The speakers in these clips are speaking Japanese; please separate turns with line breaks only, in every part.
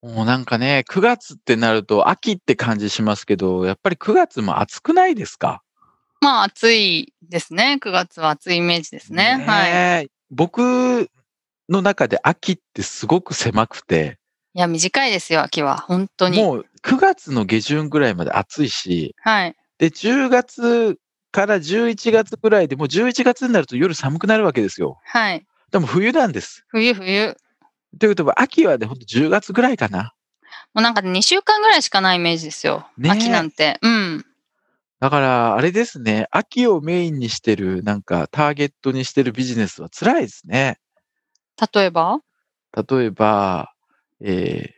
もうなんかね、9月ってなると秋って感じしますけど、やっぱり9月も暑くないですか
まあ暑いですね。9月は暑いイメージですね。はい。
い。僕の中で秋ってすごく狭くて、
いや、短いですよ、秋は。本当に。
もう9月の下旬ぐらいまで暑いし、
はい。
で、10月から11月ぐらいでもう11月になると夜寒くなるわけですよ。
はい。
でも冬なんです。
冬、冬。
ということは、秋はね、ほんと10月ぐらいかな。
もうなんか2週間ぐらいしかないイメージですよ。
ねえ
秋なんて。うん。
だから、あれですね。秋をメインにしてる、なんか、ターゲットにしてるビジネスは辛いですね。
例えば
例えば、えー、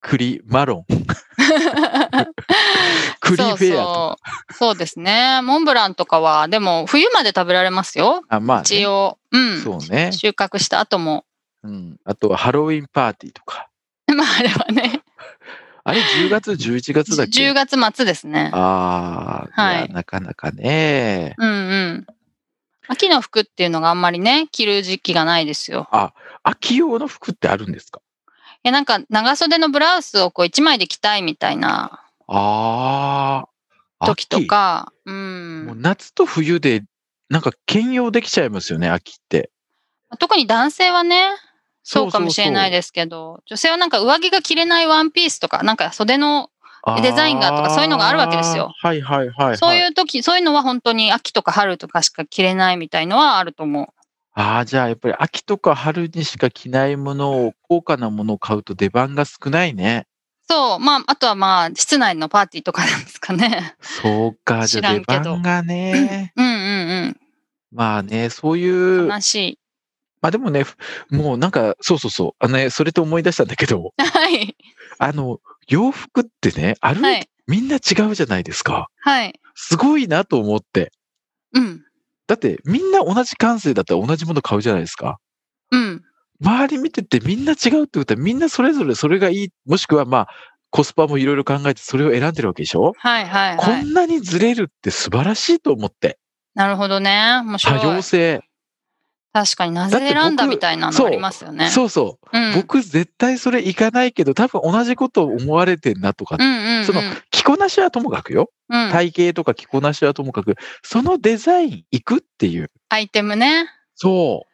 栗、マ ロン、栗フェアとか。
そうそう。そうですね。モンブランとかは、でも冬まで食べられますよ。
あまあ、ね、
一応。うん。
そうね。
収穫した後も。
うん。あとは、ハロウィンパーティーとか。
まああれはね、
あれ、10月、11月だっけ
10月末ですね。
ああ、
はい
いや、なかなかね。
うんうん。秋の服っていうのがあんまりね、着る時期がないですよ。
秋用の服ってあるんですか
いや、なんか長袖のブラウスをこう一枚で着たいみたいな
ああ、
時とか、う。
秋。もうん夏と冬で、なんか、兼用できちゃいますよね、秋って。
特に男性はね、そうかもしれない
す。
ですけど、女性はなんか上着が着れないワンピースとか、なんか袖の、デザインがとかそういうのがあるわけですよ
あー。はいはいはい、はい。
そういう時、そういうのは本当に秋とか春とかしか着れないみたいのはあると思
ああ、じゃあやっぱり秋とか春にしか着ないものを、高価なものを買うと出番が少ないね。
う。そう、まあ、あとはまあ、室内のパーティーとかなんですかね。
そうか、じゃあ出
知らんけど
番がね。
うんうん
まあね、そういうう、
ん。
ま
悲しい。
あでもね、もうなんか、そうそうそう、あのね、それと思い出したんだけ ど、
はい。
あの、洋服ってね、歩いて、
はい。
みんな違うじゃないですか。
はい。
すごいなと思って。
うん。
だって、みんな同じ感性だったら同じもの買うじゃないですか。
うん。
周り見ててみんな違うってことはみんなそれぞれそれがいい、もしくはまあコスパもいろいろ考えてそれを選んでるわけでしょ、
はいはいは
こ
い。
んなにずれるって素晴らしいと思って。
なるほどね。面
多
白い。
様性。
確かにな
だ
ぜ
って僕
選んだみたいな
そ
の
う
ありますよね。
そうそう。
うん、
僕絶対それいかないけど多分同じことを思われてんなとか。
うんうんうん、
その着こなしはともかくよ。
うん
体型とか着こなしはともかく、そのデザインいくっていう。
アイテムね。
そ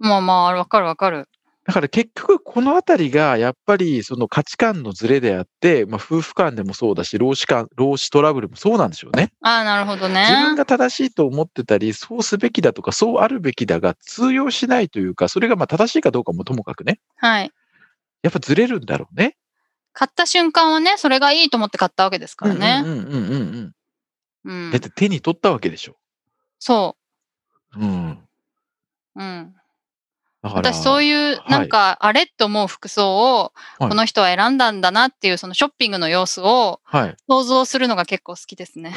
う。
まあまあ、わかるわかる。
だから結局このあたりがやっぱりその価値観のズレであって、まあ夫婦間でもそうだし、労使間、労使トラブルもそうなんでしょうね。
ああ、なるほ
自
ど
分
ね。
が正しいと思ってたり、そうすべきだとか、そうあるべきだが通用しないというか、それがまあ正しいかどうかもともかくね、
はい。
やっぱずれるんだろうね。
買った瞬間はね、それがいいと思って買ったわけですから
う
ね。
んうんうんうん
うん
うん。だって手に取ったわけでしょ。
そ
うん。
う。うん。
だから、
私、そう
いう
いう
は、い
なんか、あれと思う服装を、
はい
この人は選んだんだなっていう、そのショッピングの様子を
はい。
想像するのが結構好きですね。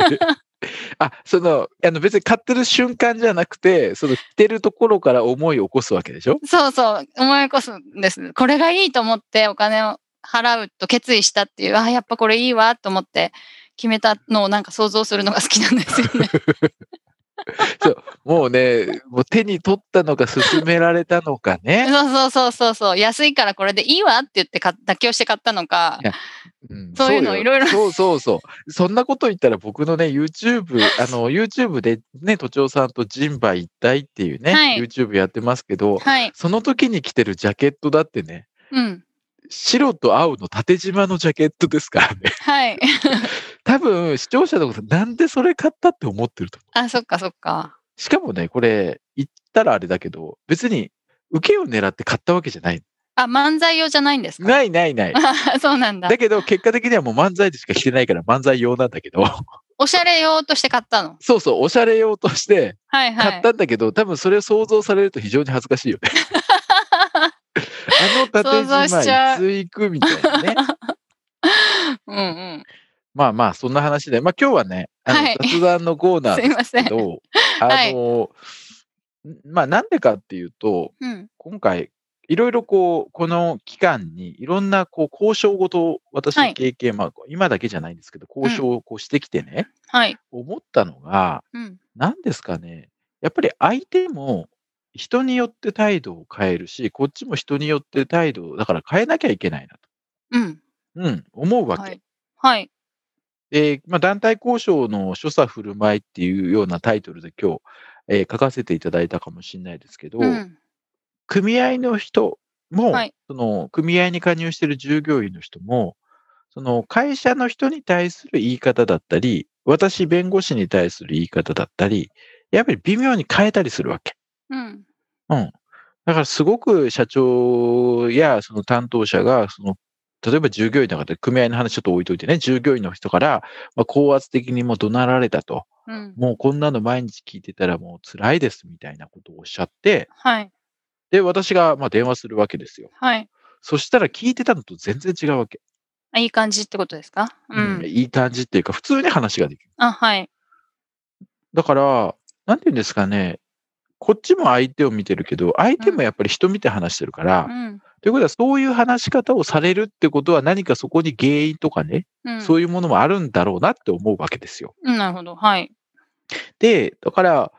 あ、その、あの別に買ってる瞬間じゃなくて、その着てるところから思い起こすわけでしょ
そうそう、思い起こすんです。これがいいと思ってお金を払うと決意したっていう、ああ、やっぱこれいいわと思って決めたのをなんか想像するのが好きなんですよ ね。
もうね、もう手に取ったのか、勧められたのか ね。
そうそうそうそうそう、安いからこれでいいわって言ってか妥協して買ったのか
い。うん
そういうの
よ
いろいろ
そうそうそう。そんなこと言ったら僕のね、YouTube、あの、YouTube でね、都庁さんと人馬一体っていうね、
はい
YouTube やってますけど、
はい。
その時に着てるジャケットだってね、
うん。
白と青の縦縞のジャケットですからね。
はい。
多分、視聴者のこと、なんでそれ買ったって思ってると思
あ、そっかそっか。
う。しかもね、これ、言ったらあれだけど、別に、受けを狙って買ったわけじゃない。
あ、漫才用じゃないんですか
ないないない。
あ そうなんだ
だ。けど、結果的にはもう漫才でしか着てないから漫才用なんだ けど、
おしゃれ用として買ったの。
そうそう、おしゃれ用として
はいは
買っ
い。
たんだけど、多分それを想像されると非常に恥ずかしいよね。あの縦じま
想
い、
像しちゃう
ついくみたいなね。
うんうん。
まあまあ、そんな話で。まあ今日はね、あの
はい
雑談のコーナー
すい
です
ません
け。ど、
は
あ
い
の、まあなんでかっていうと、
うん。
今回、いろいろこう、この期間に、いろんなこう交渉ごと、私
は
の
い
経験、まあ今だけじゃないんですけど、交渉をこうしてきてね、
はい。
思ったのが、
うん。
何ですかね、やっぱり相手も人によって態度を変えるし、こっちも人によって態度を、だから変えなきゃいけないなと、
うん。
うん、思うわけ。
はい。はい。
で、まあ、団体交渉の所作振る舞いっていうようなタイトルで今日、えー書かせていただいたかもしれないですけど、
うん。
組合の人も、
はい
その組合に加入している従業員の人も、その会社の人に対する言い方だったり、私弁護士に対する言い方だったり、やっぱり微妙に変えたりするわけ。
うん。
うん。だからすごく社長やその担当者が、その、例えば従業員の方で、組合の話ちょっと置いといてね、従業員の人から、まあ、高圧的にもう怒鳴られたと、
うん。
もうこんなの毎日聞いてたらもう辛いですみたいなことをおっしゃって、
はい。
で、私がまあ電話するわけですよ。
はい。
そしたら聞いてたのと全然違うわけ。
あいい感じってことですかう
うん
ん。
いい感じっていうか、普通に話ができる。
あ、はい。
だから、なんていうんですかね、こっちも相手を見てるけど、相手もやっぱり人見て話してるから、
うん。
ということは、そういう話し方をされるってことは、何かそこに原因とかね、
うん。
そういうものもあるんだろうなって思うわけですよ。
うんなるほど。はい。
で、だから、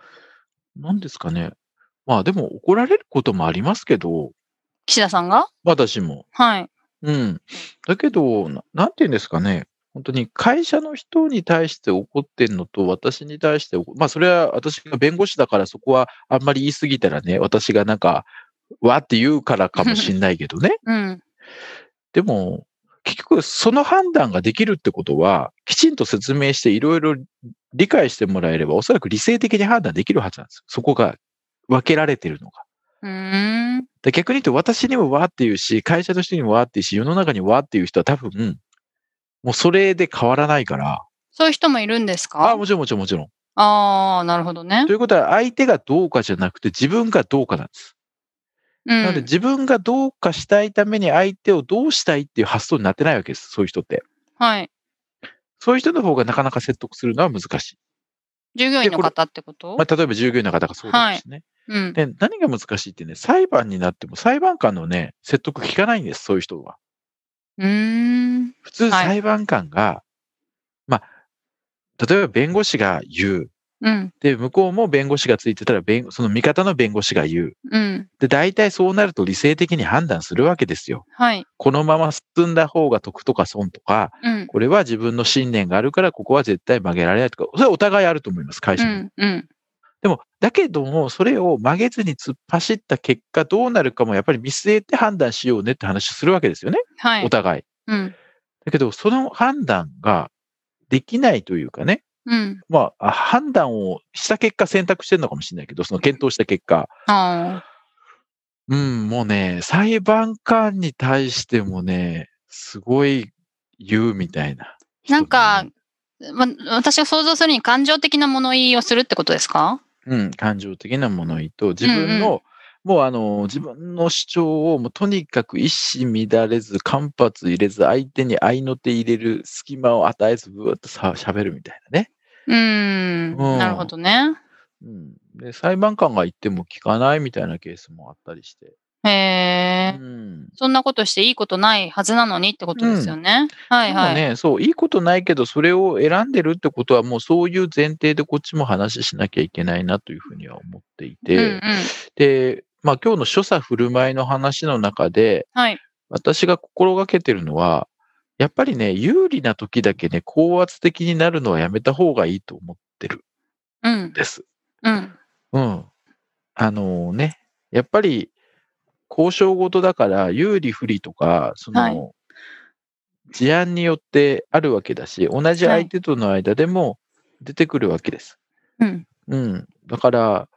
何ですかね。まあでも怒られることもありますけど、
岸田さんが
私も。
はい。
うん。だけど、ななんて言うんですかね。本当に会社の人に対して怒ってんのと私に対して怒、まあそれは私が弁護士だからそこはあんまり言い過ぎたらね、私がなんか、わーって言うからかもしんないけどね。
うん。
でも、結局その判断ができるってことは、きちんと説明していろいろ理解してもらえれば、おそらく理性的に判断できるはずなんですよ。そこが分けられてるのが。
うーん。
で逆に言うと、私にもわーって言うし、会社の人にもわーって言うし、世の中にもわーって言う人は多分、もうそれで変わらないから。
そういう人もいるんです
あ
か
あ、もちろんもちろんもちろん。
ああ、なるほどね
と。いうことは、相手がどうかじゃなくて、自分がどうかなんです。
う
なので、
ん。
自分がどうかしたいために相手をどうしたいっていう発想になってないわけです。そういう人って。
はい。
そういう人の方がなかなか説得するのは難しい。
従業員
で
の
これ
方ってこと
まあ、例えば従業員の方がそうですしね、
うん。
で。何が難しいってね、裁判になっても裁判官のね、説得聞かないんです、そういう人は。
うーん。
普通
はい
裁判官が、まあ、例えば弁護士が言う。
うん。
で、向こうも弁護士がついてたら弁、その味方の弁護士が言う。
うん。
で、大体そうなると理性的に判断するわけですよ。
はい。
このまま進んだ方が得とか損とか、
うん。
これは自分の信念があるから、ここは絶対曲げられないとか、それはお互いあると思います、会
う
社に。
ん。うん。
でも、だけども、それを曲げずに突っ走った結果、どうなるかもやっぱり見据えて判断しようねって話をするわけですよね、
はい
お。互い。
うん。
だけど、その判断ができないというかね、
うん。
まあ、あ判断をした結果選択してるのかもしれないけど、その検討した結果、
あ
うん、もうね、裁判官に対してもね、すごい言うみたいな。
なんか、あ。ま、私が想像するに感情的な物言いをするってことですか
うん、感情的なもの言いと、自
うんう
分
ん
の、もうあの、自分の主張をもうとにかく一糸乱れず、間髪入れず、相手に愛の手入れる隙間を与えず、ぶわっとさ喋るみたいなね、
うーん。
うん
なるほどね。
うんで。裁判官が言っても聞かないみたいなケースもあったりして。
へえ。
うん。
そんなことしていいことないはずなのにってことですよね。はいは
で
い。
もね、そう、いいことないけど、それを選んでるってことは、もうそういう前提でこっちも話ししなきゃいけないなというふうには思っていて、
うんうん。
で、まあ今日の所作振る舞いの話の中で、
はい。
私が心がけてるのは、やっぱりね、有利な時だけね、高圧的になるのはやめた方がいいと思ってる
うん
ん。です。
うん。
うん。あのね、やっぱり交渉事だから、有利不利とか、その、
はい
事案によってあるわけだし、同じ相手との間でも出てくるわけです。
うん。
うん。だから、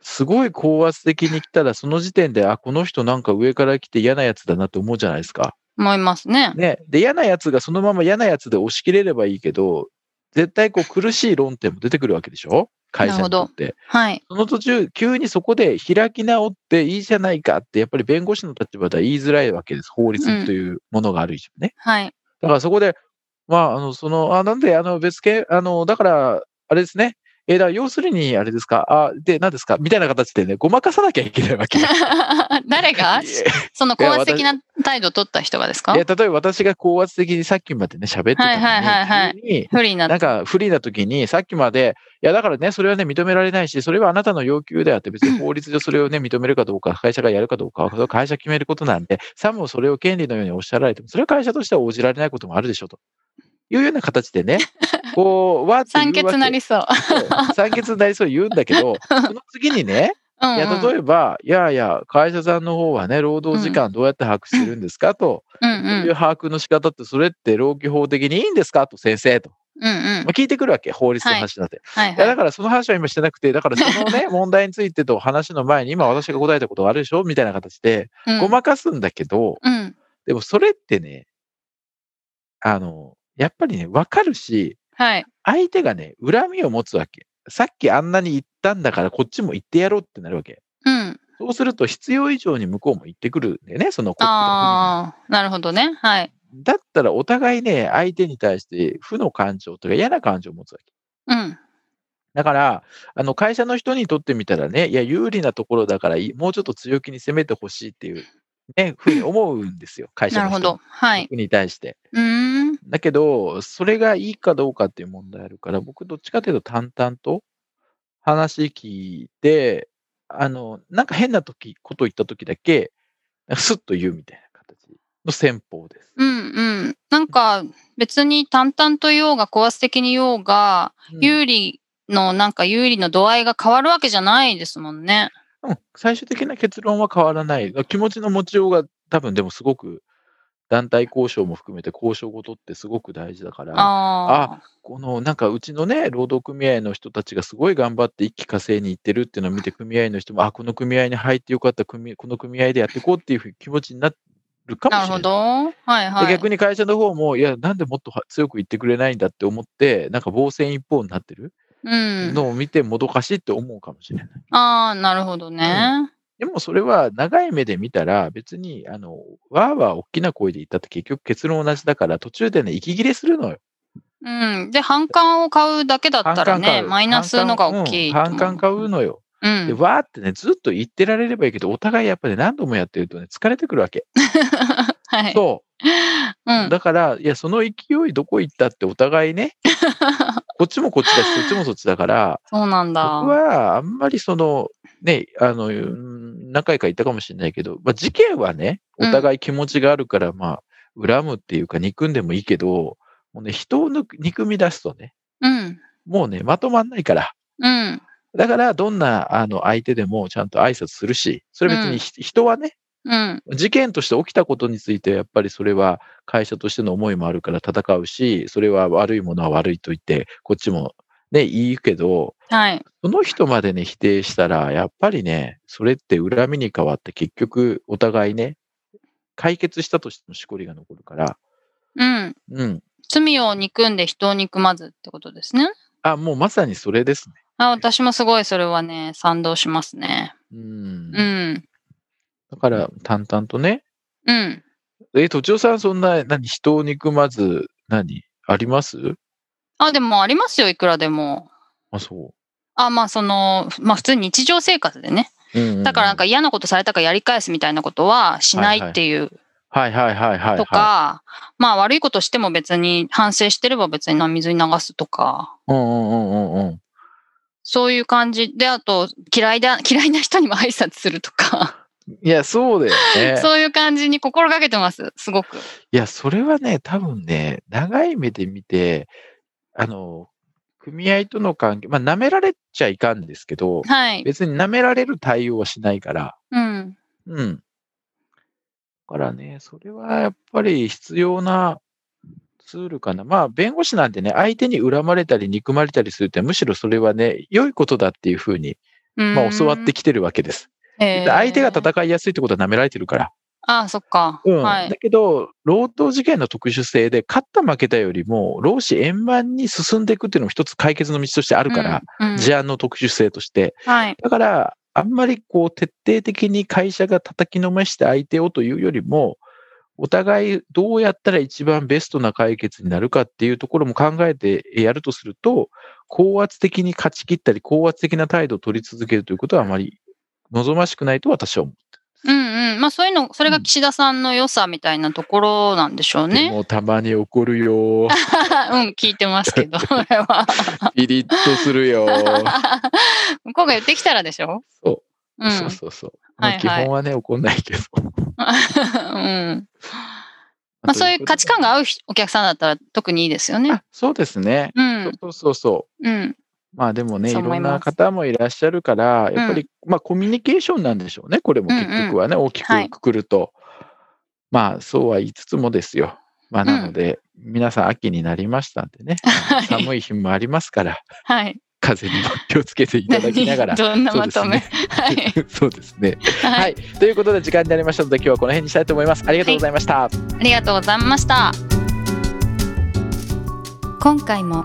すごい高圧的に来たら、その時点で、あ、この人なんか上から来て嫌なやつだなって思うじゃないですか。
思いますね。
ね、で嫌なやつがそのまま嫌なやつで押し切れればいいけど絶対こう苦しい論点も出てくるわけでしょ会社にとって。
はい。
その途中、急にそこで開き直っていいじゃないかって、やっぱり弁護士の立場では言いづらいわけです。法律というものがある以上ね。
はい。
だからそこで、まあ、あの、その、あ、なんで、あの、別件、あの、だから、あれですね。えーだから要するに、あれですか、あ、で、何ですか、みたいな形でね、ごまかさなきゃいけない わけ。
誰が
い
その高圧的な態度を取った人がですか
や、例えば私が高圧的にさっきまでね、喋ってたのに、
はいはいはいはい
急に、
不利にな
な
っ
んか不利な時に、さっきまで、いやだからね、それはね、認められないし、それはあなたの要求であって、別に法律上それをね、認めるかどうか、会社がやるかどうかは、それは会社決めることなんで、さもそれを権利のようにおっしゃられても、それは会社としては応じられないこともあるでしょうと。いうような形で ね、こう、わーって言う
酸
わけ。
欠なりそう。
そう 酸欠になりそう言うんだけど、その次にね、
うんうん
いや、例えば、いやいや、会社さんの方はね、労働時間どうやって把握してるんですかと、
うん
そう
う
い
ん
う把握の仕方って、それって労基法的にいいんですかと、先生と。
うんうん
まあ、聞いてくるわけ、法律の話なんて。
は
い
い
や
は
だ
い。
からその話は今してなくて、だからそのね、問題についてと話の前に、今私が答えたことがあるでしょみたいな形で、
うん
ごまかすんだけど、
うん。
でもそれってね、あの、やっぱりね、わかるし、
はい。
相手がね、恨みを持つわけ。さっきあんなに言ったんだから、こっちも言ってやろうってなるわけ。
うん。
そうすると必要以上に向こうも言ってくるんだよね、そのこっちが
ああ、なるほどね。はい。
不利にだったらお互いね、相手に対して負の感情というか嫌な感情を持つわけ。
うん。
だから、あの会社の人にとってみたらね、いや、有利なところだから、いもうちょっと強気に攻めてほしいっていう、ね、ふうに思うんです よ、会
な
社
る
の
ほ
人
ど。はい。
に対して。
うーん。
だけど、それがいいかどうかっていう問題あるから、僕、どっちかというと淡々と話聞いて、あの、なんか変な時こと言った時だけ、なんかスッと言うみたいな形の戦法です。
うんうん。なんか別に淡々と言おうが高圧的に言おうが、有利のなんか有利の度合いが変わるわけじゃないですもんね。
うん、最終的な結論は変わらない。気持ちの持ちようが多分でもすごく団体交渉も含めて交渉事ってすごく大事だから、
ああ。
このなんかうちのね、労働組合の人たちがすごい頑張って一気稼いに行ってるっていうのを見て組合の人も、あ、この組合に入ってよかった、組この組合でやっていこうっていうふうに気持ちになるかもし
な
れ
る
な
ほ
い。
ど。はいは
で
い。
逆に会社の方も、いや、なんでもっとは強く言ってくれないんだって思って、なんか防戦一方になってる
うん。
のを見てもどかしいって思うかもしれない。
ああ、なるほどね。
でもそれは長い目で見たら別にあのわーわー大きな声で言ったって結局結論同じだから途中でね息切れするのよ。
うん。で、反感を買うだけだったら
反感買
ね、
う
マイナスのが大きいと思う。
反感,、うん、反感買うのよ。
う
で
ん。
わーってねずっと言ってられればいいけどお互いやっぱり、ね、何度もやってるとね疲れてくるわけ。
はい。。
そううんだからいやその勢いどこ行ったってお互い ねこっちもこっちだしそっちもそっちだから
そうなんだ。
僕はあんまりそのねあのうん何回か言ったかもしれないけど、まあ、事件はねお
うん
互い気持ちがあるから、まあ恨むっていうか憎んでもいいけどもうね人をぬく憎み出すとね
うん。
もうねまとまんないから
うん。
だからどんなあの相手でもちゃんと挨拶するしそれ別
うん
にひ、人はね
うん。
事件として起きたことについてやっぱりそれは会社としての思いもあるから戦うしそれは悪いものは悪いと言ってこっちもね言うけど
はい。
その人までね、否定したら、やっぱりね、それって恨みに変わって結局、お互いね、解決したとしてもしこりが残るから、
うん。
うん。
罪を憎んで人を憎まずってことですね。
あ、もうまさにそれですね。
あ私もすごいそれはね、賛同しますね。
うん。
うん。
だから、淡々とね、
うん。
え、とちおさん、そんな、何、人を憎まず、何、あります
あ、でもありますよ、いくらでも。
あ、そ
あ、まあその、まあ普通に日常生活でね。
う。うんうんうん
だからなんか、嫌なことされたからやり返すみたいなことはしないっていう
はいはいはいはい、はい。
とか、まあ悪いことしても別に反省してれば別に水に流すとか、
うんうんうんうんうん。
そういう感じで、あと嫌いだ、嫌いな人にも挨拶するとか、
いや、そうだよね。
そういう感じに心がけてます、すごく。
いや、それはね、多分ね、長い目で見て、あの、組合との関係、まあ、舐められちゃいかんですけど、
はい。
別に舐められる対応はしないから、
うん。
うん。だからね、それはやっぱり必要なツールかな。まあ、弁護士なんてね、相手に恨まれたり憎まれたりするって、むしろそれはね、良いことだっていうふうに、まあ、教わって
き
きてるわけです。
て
相手が戦いやすいってことは舐められてるから。
ああ、そっか。
うん
はい
だ。けど、労働時間の特殊性で、勝った負けたよりも、労使円満に進んでいくっていうのも一つ解決の道としてあるから、
うん、うん
事案の特殊性として。
はい。
だから、あんまりこう、徹底的に会社が叩きのめして相手をというよりも、お互いどうやったら一番ベストな解決になるかっていうところも考えてやるとすると、高圧的に勝ち切ったり、高圧的な態度を取り続けるということはあまり望ましくないと私は思う。
うんうん。まあそういうの、それが岸田さんの良さみたいなところなんでしょう
で
ね。
もたまに怒るよ。
うん、聞いてま すけど、それは。
ピリッとする よ。
向こうが言ってきたらでしょ。
そう
うん。
そう そうそう。まあ
はいはい
基本はね、怒んないけど。
うん。まあそういう価値観が合うひお客さんだったら特にいいですよね
あ。そうですね。
うん。
そうそうそう。
うん。
まあでもね、い
そう思
ろ
い
ん
ます
な方もいらっしゃるから、やっぱり、まあコミュニケーションなんでしょうね、これも結局はね、大き
はい
くくくると。まあそうは言いつつもですよ。まあなので、皆さん秋になりましたんでね、
はい。
寒い日もありますから、
はい。
風にも気をつけていただきながら。
どんなまとめ。はい。
そうですね。
は。
はいい。ということで時間になりましたので、今日はこの辺にしたいと思います。ありがとうございました。
ありがとうございました。
今回も